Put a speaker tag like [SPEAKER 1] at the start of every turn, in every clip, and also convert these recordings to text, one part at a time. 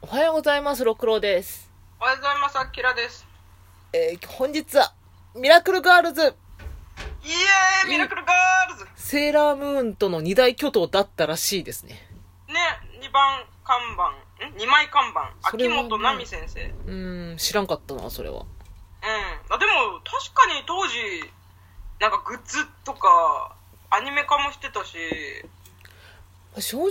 [SPEAKER 1] おはようございます、六郎です。
[SPEAKER 2] おはようございます、あきらです。
[SPEAKER 1] えー本日は、ミラクルガールズ、
[SPEAKER 2] イエーイミラクルガールズ
[SPEAKER 1] セーラームーンとの二大巨頭だったらしいですね。
[SPEAKER 2] ね、2番看板、ん ?2 枚看板、
[SPEAKER 1] それ
[SPEAKER 2] 秋
[SPEAKER 1] は
[SPEAKER 2] 元奈美先生。うん。
[SPEAKER 1] うーん、知らんかったな、それは。
[SPEAKER 2] あでも、確かに当時、なんかグッズとか、アニメ化もしてたし、
[SPEAKER 1] 少女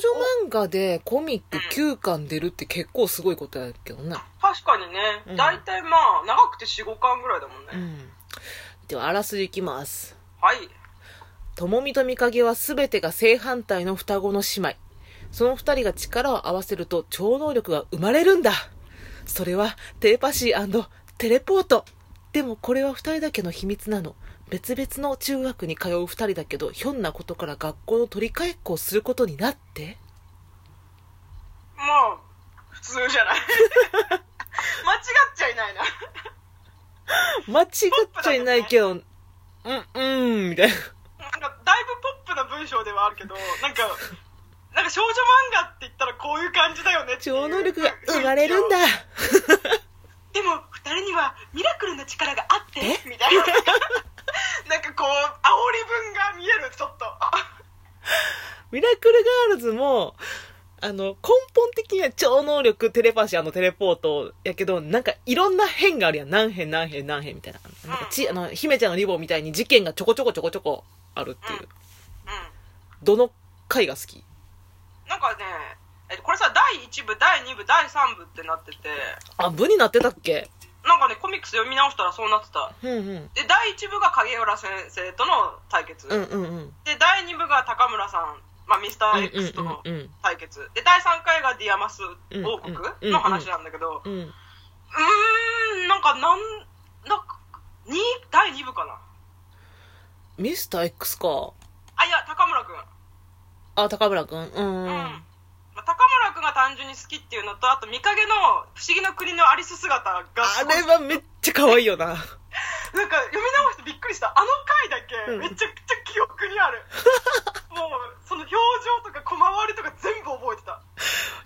[SPEAKER 1] 漫画でコミック9巻出るって結構すごいことやけどな。
[SPEAKER 2] 確かにね、
[SPEAKER 1] うん
[SPEAKER 2] 大体まあ、長くて4、5巻ぐらいだもんね。
[SPEAKER 1] うん。では、あらすじいきます。
[SPEAKER 2] はい。
[SPEAKER 1] ともみとみかげはすべてが正反対の双子の姉妹。その二人が力を合わせると超能力が生まれるんだ。それはテレパシーテレポート。でもこれは二人だけの秘密なの。別々の中学に通う二人だけど、ひょんなことから学校の取り替えっこをすることになって。
[SPEAKER 2] まあ、普通じゃ ない。間違っちゃいないな。
[SPEAKER 1] 間違っちゃいないけど、うん、うん、みたいな。
[SPEAKER 2] なんかだいぶポップな文章ではあるけどなんかなんか少女漫画って言ったらこういう感じだよねっていう
[SPEAKER 1] 超能力が生まれるんだ。
[SPEAKER 2] でも二人にはミラクルの力があってみたいな なんかこう煽り文が見えるちょっと
[SPEAKER 1] ミラクルガールズも、あの、根本的には超能力、テレパシー、あの、テレポートやけど、なんかいろんな変があるやん。何変、何変、何変みたいな。なんかち、あの、姫ちゃんのリボンみたいに事件がちょこちょこちょこちょこあるっていう。
[SPEAKER 2] うん
[SPEAKER 1] どの回が好き
[SPEAKER 2] なんかねえっとこれさ第1部第2部第3部ってなってて
[SPEAKER 1] あ、部になってたっけ
[SPEAKER 2] なんかねコミックス読み直したらそうなってた
[SPEAKER 1] うんうん。
[SPEAKER 2] で第1部が影浦先生との対決、
[SPEAKER 1] うんうんうん。
[SPEAKER 2] で第2部が高村さん、まあ、ミスター X との
[SPEAKER 1] うんうんうんうん
[SPEAKER 2] 対決で第3回が「ディアマス王国
[SPEAKER 1] うんうんうんう」ん
[SPEAKER 2] の話なんだけど
[SPEAKER 1] う
[SPEAKER 2] う
[SPEAKER 1] ん。
[SPEAKER 2] ーんなんかなんなんかに第2部かな
[SPEAKER 1] ミスター X か。
[SPEAKER 2] あいや高村君、
[SPEAKER 1] あ、高村くん。うん。
[SPEAKER 2] う
[SPEAKER 1] うんん。
[SPEAKER 2] まあ、高村君が単純に好きっていうのとあと見かけの「不思議の国のアリス」姿が
[SPEAKER 1] あ
[SPEAKER 2] すごい
[SPEAKER 1] れはめっちゃ可愛いよな。
[SPEAKER 2] なんか読み直してびっくりしたあの回だけ
[SPEAKER 1] うん
[SPEAKER 2] めちゃくちゃ記憶に あるもうその表情とか小回りとか全部覚えてた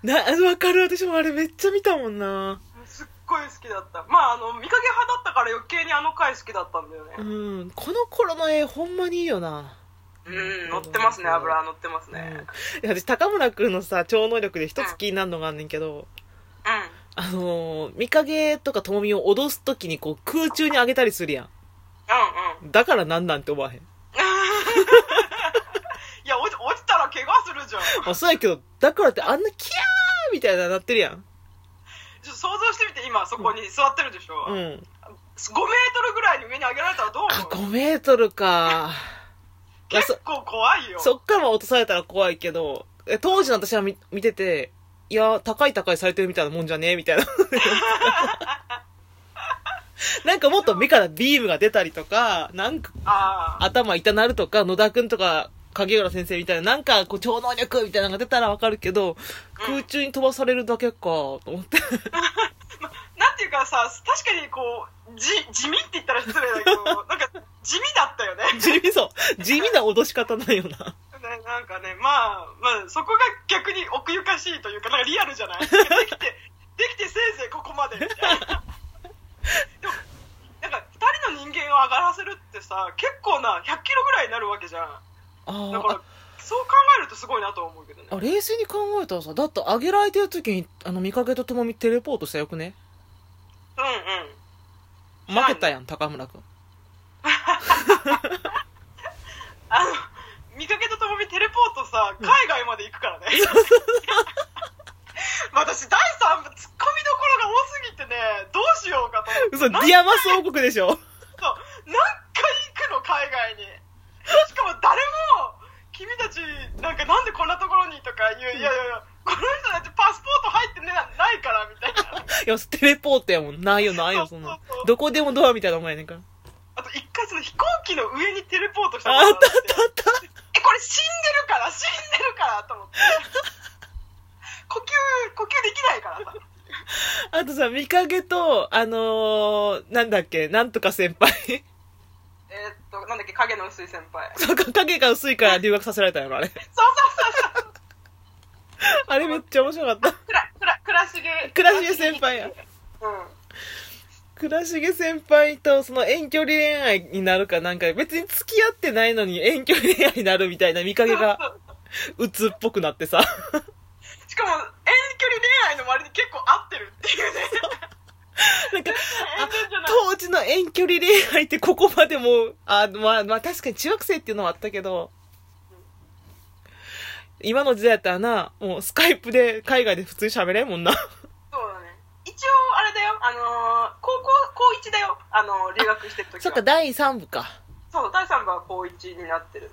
[SPEAKER 1] な、わかる。私もあれめっちゃ見たもんな。
[SPEAKER 2] すっごい好きだったまああの見かけ派だったから余計にあの回好きだったんだよね
[SPEAKER 1] うん。この頃の絵、ほんまにいいよな。
[SPEAKER 2] うん乗ってますね油乗ってますね
[SPEAKER 1] いや私高村君のさ超能力で一つ気になるのがあんねんけど、
[SPEAKER 2] うん、
[SPEAKER 1] あのー、見影とかともみを脅す時にこう空中に上げたりするや
[SPEAKER 2] うんうん
[SPEAKER 1] んだからなんなんて思わへん
[SPEAKER 2] いや落ち落ちたら怪我するじゃん
[SPEAKER 1] まあそうやけどだからってあんなキャーみたいななってるやん
[SPEAKER 2] ちょっと想像してみて今そこに座ってるでしょ、
[SPEAKER 1] う
[SPEAKER 2] 5メー
[SPEAKER 1] ん
[SPEAKER 2] トルぐらいに上に上げられたらどう
[SPEAKER 1] あ
[SPEAKER 2] 思
[SPEAKER 1] 5
[SPEAKER 2] う
[SPEAKER 1] メートルかまあ
[SPEAKER 2] 結構怖いよ
[SPEAKER 1] そそっからも落とされたら怖いけどえ当時の私は見見てていや高い高いされてるみたいなもんじゃねえみたいな なんかもっと目からビームが出たりとかなんか
[SPEAKER 2] ああ
[SPEAKER 1] 頭痛なるとか、野田くんとか、影浦先生みたいな、なんか、こう、超能力みたいなのが出たらわかるけど、
[SPEAKER 2] うん
[SPEAKER 1] 空中に飛ばされるだけか、と思って。
[SPEAKER 2] なんていうかさ確かにこうじ地味って言ったら失礼だけ どなんか地味だったよね
[SPEAKER 1] 地味そう。地味な脅し方なんよな。
[SPEAKER 2] ね、なんかね、まあ、まあ、そこが逆に奥ゆかしいというか、なんかリアルじゃないできて、できてせいぜいここまでみたいな。でも、なんか、二人の人間を上がらせるってさ、結構な、100キロぐらいになるわけじゃん。だから
[SPEAKER 1] あ、
[SPEAKER 2] そう考えるとすごいなとは思うけどね。
[SPEAKER 1] あ、あ冷静に考えたらさ、だって上げられてる時に、あの、見かけとともみテレポートしたらよくね。
[SPEAKER 2] うんうん。
[SPEAKER 1] 負けたやん、高村くん。
[SPEAKER 2] あの、見かけとともにテレポートさ、海外まで行くからね。 私、第3部、ツッコミどころが多すぎてね、どうしようかと思って。
[SPEAKER 1] 嘘、ディアマス王国でしょ。
[SPEAKER 2] そう何回行くの海外にしかも誰も君たちなんかなんでこんなところにとか言う、いやいやいやこの人たちパスポート入ってねなないからみたいな
[SPEAKER 1] いや、テレポートやもん。ないよ、ないよ、そん な。どこでもドアみたいなもんやね んから。
[SPEAKER 2] あと一回その飛行機の上にテレポートした
[SPEAKER 1] ああったあ
[SPEAKER 2] こと
[SPEAKER 1] っ
[SPEAKER 2] があって
[SPEAKER 1] たあっ
[SPEAKER 2] えこれ死んでるから死んでるからと思って呼吸呼吸できないからさ
[SPEAKER 1] た。あとさ、見かけと、あのー、なんだっけ、なんとか先輩。
[SPEAKER 2] えーっとなんだっけ影の薄い先輩そう
[SPEAKER 1] そうか影が薄いから留学させ られたんやろあれ
[SPEAKER 2] そうそうそう
[SPEAKER 1] あれめっちゃ面白かった
[SPEAKER 2] くらくら倉重る
[SPEAKER 1] 倉重先輩や
[SPEAKER 2] うん
[SPEAKER 1] 倉重先輩とその遠距離恋愛になるかなんか別に付き合ってないのに遠距離恋愛になるみたいな見かけが鬱っぽくなってさ
[SPEAKER 2] しかも遠距離恋愛の割に結構合ってるっていうね
[SPEAKER 1] なんか
[SPEAKER 2] 遠距離じゃない
[SPEAKER 1] 当時の遠距離恋愛ってここまでもうあまあまあ確かに中学生っていうのはあったけど今の時代やったらなもうスカイプで海外で普通に喋れんもんな
[SPEAKER 2] そうだね一応あれだよあのー高校高1だよあのー留学してる時は
[SPEAKER 1] そっか第3部か
[SPEAKER 2] そう第3部は高1になってるね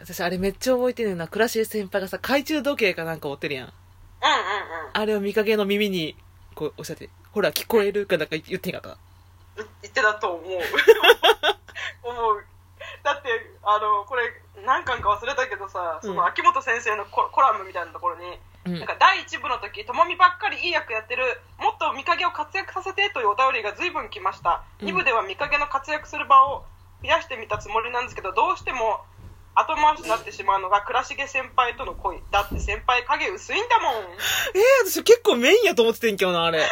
[SPEAKER 1] 私あれめっちゃ覚えてるよな倉重先輩がさ懐中時計かなんか持ってるやん
[SPEAKER 2] うんうんうん
[SPEAKER 1] あれを見かけの耳にこうおっしゃってほら聞こえるかなんか言ってんかった
[SPEAKER 2] い言ってた と思う思うだってあのこれ何巻か忘れたけどさそ
[SPEAKER 1] うん
[SPEAKER 2] の秋元先生のココラムみたいなところに、
[SPEAKER 1] うん
[SPEAKER 2] なんか第1部の時ともみばっかりいい役やってるもっと見かけを活躍させてというお便りが随分来ました、
[SPEAKER 1] うん
[SPEAKER 2] 2部では見かけの活躍する場を増やしてみたつもりなんですけどどうしても後回しになってしまうのが倉重先輩との恋だって先輩影薄いん だもん
[SPEAKER 1] えー、私結構メインやと思っててんけどなあ れえー、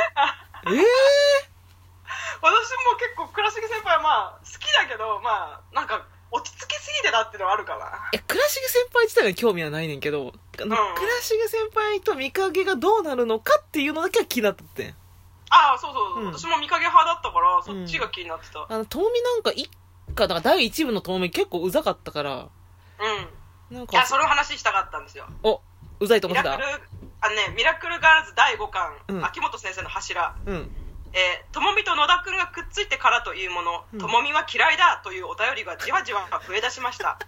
[SPEAKER 2] 私も結構倉重先輩はまあ好きだけどまあなんか落ち着きすぎてたっていうのはあるかな
[SPEAKER 1] え、倉重先輩自体に興味はないねんけど、あの倉重先輩と見かけがどうなるのかっていうのだけは気になっとってん。
[SPEAKER 2] ああそうそう、
[SPEAKER 1] うん
[SPEAKER 2] 私も見かけ派だったからそっちが気になってたうん、
[SPEAKER 1] あの、遠見なんか一家、だから第一部の遠見結構うざかったから、なん
[SPEAKER 2] いや
[SPEAKER 1] か、
[SPEAKER 2] それを話したかったんですよ
[SPEAKER 1] お、うざいと
[SPEAKER 2] ミ
[SPEAKER 1] 思っ
[SPEAKER 2] ラ
[SPEAKER 1] て
[SPEAKER 2] クル
[SPEAKER 1] た
[SPEAKER 2] あのねミラクルガールズ第5巻、
[SPEAKER 1] うん
[SPEAKER 2] 秋元先生の柱
[SPEAKER 1] うん。
[SPEAKER 2] えー、ともみと野田くんがくっついてからというもの、
[SPEAKER 1] うん
[SPEAKER 2] ともみは嫌いだというお便りがじわじわ増え出し ました。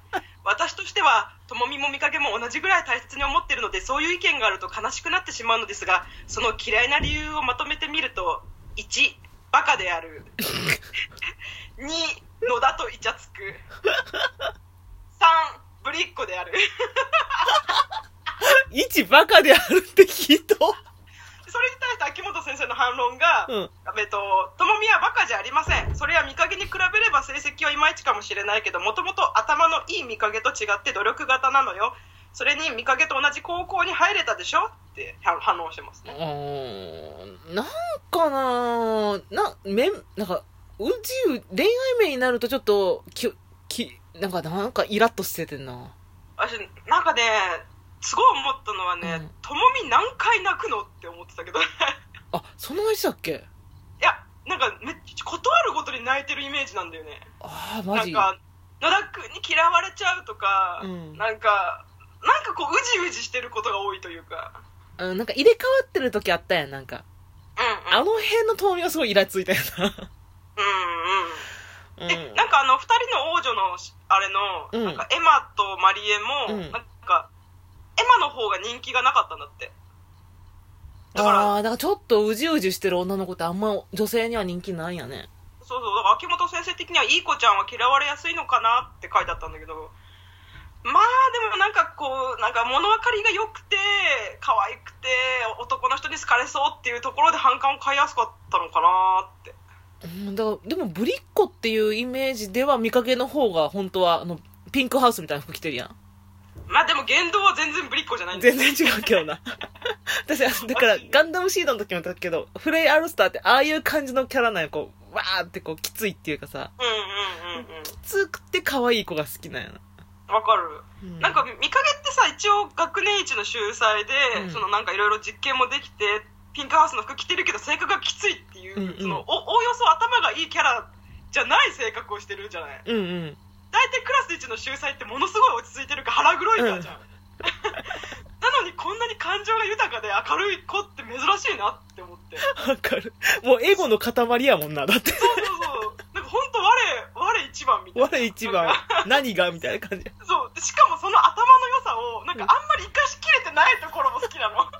[SPEAKER 2] 私としては、ともみも見かけも同じぐらい大切に思っているので、そういう意見があると悲しくなってしまうのですが、その嫌いな理由をまとめてみると、1、バカであ る。2、野田とイチャ つく。3、ぶりっ子である。
[SPEAKER 1] 一バカであるって人
[SPEAKER 2] それに対して秋元先生の反論が、
[SPEAKER 1] うん。
[SPEAKER 2] えっと、ともみはバカじゃありません。それは見かけに比べれば成績はいまいちかもしれないけど、もともと頭のいい見かけと違って努力型なのよ。それに見かけと同じ高校に入れたでしょって反反応してます
[SPEAKER 1] う
[SPEAKER 2] ね。
[SPEAKER 1] ーん、なんかなな、めん、なんか、うじう、恋愛面になるとちょっと、き、き、なんか、なんかイラッとしててんな。
[SPEAKER 2] 私、なんかね、すごい思ったのは
[SPEAKER 1] う
[SPEAKER 2] ね
[SPEAKER 1] ん、
[SPEAKER 2] ともみ何回泣くのって思ってたけど、い
[SPEAKER 1] あ、そんな話だっけ
[SPEAKER 2] や、なんかめっちゃ断るごとに泣いてるイメージなんだよね。
[SPEAKER 1] ああ、
[SPEAKER 2] な
[SPEAKER 1] マ
[SPEAKER 2] ん
[SPEAKER 1] ジ。
[SPEAKER 2] か、野田君に嫌われちゃうとか、
[SPEAKER 1] うん
[SPEAKER 2] なんか、なんかこう、うじうじしてることが多いというか。
[SPEAKER 1] うん、なんか入れ替わってる時あったやん、なんか。
[SPEAKER 2] うんうん
[SPEAKER 1] あの辺の豆苗はすごいイラついたよ な。
[SPEAKER 2] うん
[SPEAKER 1] う
[SPEAKER 2] うん、えなんかあの2人の王女のしあれの、
[SPEAKER 1] うん
[SPEAKER 2] なんかエマとマリエも、
[SPEAKER 1] うん
[SPEAKER 2] なんかエマの方が人気がなかったんだってだから
[SPEAKER 1] ああー、だからちょっとうじうじしてる女の子ってあんま女性には人気ないんやね。
[SPEAKER 2] そうそうだから秋元先生的にはいい子ちゃんは嫌われやすいのかなって書いてあったんだけどまあでもなんかこうなんか物分かりが良くて可愛くて男の人に好かれそうっていうところで反感を買いやすかったのかなって
[SPEAKER 1] うん、だから、でもぶりっ子っていうイメージでは見かけの方が本当は、あの、ピンクハウスみたいな服着てるやん。
[SPEAKER 2] まあでも言動は全然ぶりっ子じゃないんだよ
[SPEAKER 1] 全然違うけど な。私、あだから、ガンダムシードの時も言ったけど、フレイ・アルスターってああいう感じのキャラなんや、こう、わーってこう、きついっていうかさ、
[SPEAKER 2] うんうんうんうん
[SPEAKER 1] きつくて可愛い子が好きなんやな。
[SPEAKER 2] わかる
[SPEAKER 1] うん
[SPEAKER 2] なんか見かけってさ一応学年一の秀才で、
[SPEAKER 1] うん
[SPEAKER 2] そのなんかいろいろ実験もできてピンクハウスの服着てるけど性格がきついっていう、
[SPEAKER 1] うんうん
[SPEAKER 2] そのおおおよそ頭がいいキャラじゃない性格をしてるじゃない
[SPEAKER 1] うんうん。
[SPEAKER 2] 大体クラス一の秀才ってものすごい落ち着いてるか腹黒いからじゃん、 なのにこんなに感情が豊かで明るい子って珍しいなって思ってそう
[SPEAKER 1] わかる。もうエゴの塊やもんな。だって、
[SPEAKER 2] そうそうなんか本当我我一番みたいな
[SPEAKER 1] 我一番、何がみたいな感じ。
[SPEAKER 2] そうでしかもその頭の良さをなんかあんまり生かしきれてないところも好きなの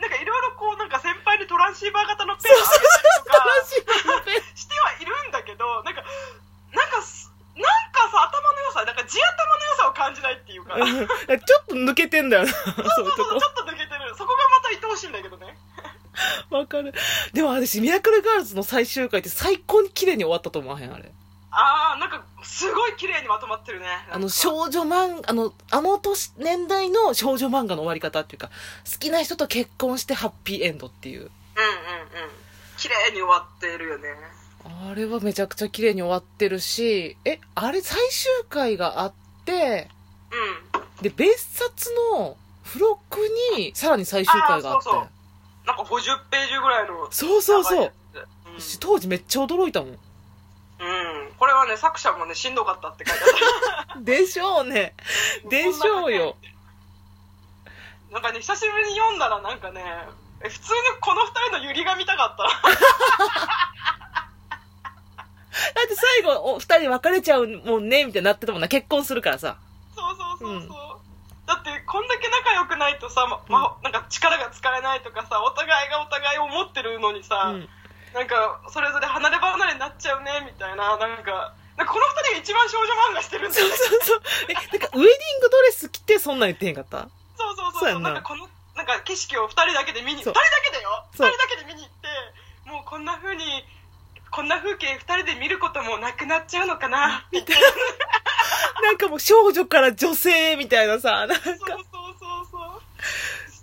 [SPEAKER 2] なんかいろいろこうなんか先輩にトランシーバー型のペンをあげたりとか
[SPEAKER 1] しい。
[SPEAKER 2] してはいるんだけどなんかなんかすなんかさ頭の良さなんか地頭の良さを感じないっていうかそう
[SPEAKER 1] うんちょっと抜けてんだよな、そういう
[SPEAKER 2] そう
[SPEAKER 1] と
[SPEAKER 2] そうちょっと抜けてるそこがまた愛おしいんだけどね
[SPEAKER 1] こ。わかる。でも私、ミラクルガールズの最終回って最高に綺麗に終わったと思わへん、あれ。
[SPEAKER 2] ああなんかすごい綺麗にまとまってるね
[SPEAKER 1] あの、
[SPEAKER 2] ょ
[SPEAKER 1] 少女漫画、あの、あの年、年代の少女漫画の終わり方っていうか、好きな人と結婚してハッピーエンドっていう。
[SPEAKER 2] うんうんうん綺麗に終わってるよね
[SPEAKER 1] あれはめちゃくちゃ綺麗に終わってるし、え、あれ最終回があって、
[SPEAKER 2] うん
[SPEAKER 1] で、別冊の付録に、さらに最終回があって。
[SPEAKER 2] あーなんか50ページぐらいの
[SPEAKER 1] そうそうそう
[SPEAKER 2] 長いやつ
[SPEAKER 1] し当時めっちゃ驚いたもん。
[SPEAKER 2] うん、うん、これはね作者もねしんどかったって書いてあった
[SPEAKER 1] でしょうね。 でしょうよ。
[SPEAKER 2] なんかね、久しぶりに読んだらなんかね、え普通にこの二人のユリが見たかった。
[SPEAKER 1] だって最後、お二人別れちゃうもんね、みたいになってたもんな。結婚するからさ。
[SPEAKER 2] そうそうそうそう。
[SPEAKER 1] うん
[SPEAKER 2] だって、こんだけ仲良くないとさ、ま、まなんか力が使えないとかさ、お互いがお互いを持ってるのに
[SPEAKER 1] う
[SPEAKER 2] さ、
[SPEAKER 1] ん。
[SPEAKER 2] なんか、それぞれ離れ離れになっちゃうね、みたいな、なんか、なんかこの二人が一番少女漫画してるんだ
[SPEAKER 1] そう
[SPEAKER 2] よ
[SPEAKER 1] そ
[SPEAKER 2] ね。
[SPEAKER 1] うそう。え、なんかウェディングドレス着てそんなん言ってへんかった
[SPEAKER 2] そうそう
[SPEAKER 1] そう
[SPEAKER 2] そう
[SPEAKER 1] や
[SPEAKER 2] そう。
[SPEAKER 1] んな
[SPEAKER 2] なんかこの、なんか景色を二人だけで見に、二
[SPEAKER 1] そう
[SPEAKER 2] 人だけでよ
[SPEAKER 1] そ
[SPEAKER 2] 二
[SPEAKER 1] う
[SPEAKER 2] 人だけで見に行って、もうこんな風に、こんな風景二人で見ることもなくなっちゃうのかな、みたいな。
[SPEAKER 1] なんかもう少女から女性みたいなさ、なん
[SPEAKER 2] そうそう
[SPEAKER 1] か、
[SPEAKER 2] そうそう。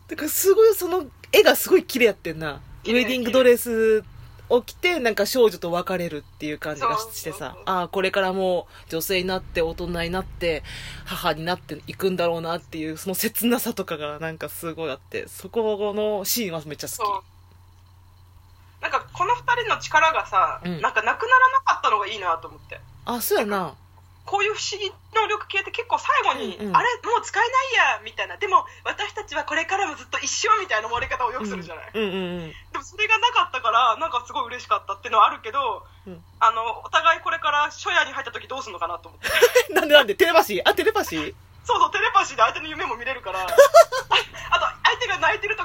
[SPEAKER 1] だからすごいその絵がすごい綺麗やってんな。ウ
[SPEAKER 2] 綺
[SPEAKER 1] ェ
[SPEAKER 2] 麗
[SPEAKER 1] ディングドレスを着て、なんか少女と別れるっていう感じが
[SPEAKER 2] そう
[SPEAKER 1] してさ
[SPEAKER 2] そう、
[SPEAKER 1] ああ、これからもう女性になって、大人になって、母になっていくんだろうなっていう、その切なさとかがなんかすごいあって、そこのシーンはめっちゃ
[SPEAKER 2] そう
[SPEAKER 1] 好
[SPEAKER 2] なんかこの2人の力がさ、
[SPEAKER 1] うん
[SPEAKER 2] なんかなくならなかったのがいいなと思って
[SPEAKER 1] き。あ、そうやな。
[SPEAKER 2] こういう不思議能力系って結構最後に、
[SPEAKER 1] うんうん
[SPEAKER 2] あれもう使えないやみたいなでも私たちはこれからもずっと一生みたいな終わり方をよくするじゃない、
[SPEAKER 1] うんうんうん。
[SPEAKER 2] でもそれがなかったからなんかすごい嬉しかったっていうのはあるけど、
[SPEAKER 1] うん
[SPEAKER 2] あのお互いこれから初夜に入った時どうするのかなと思って
[SPEAKER 1] えなんでなんでテレパシーあ、テレパシー
[SPEAKER 2] そうそうテレパシーで相手の夢も見れるからああと相手が泣いてる時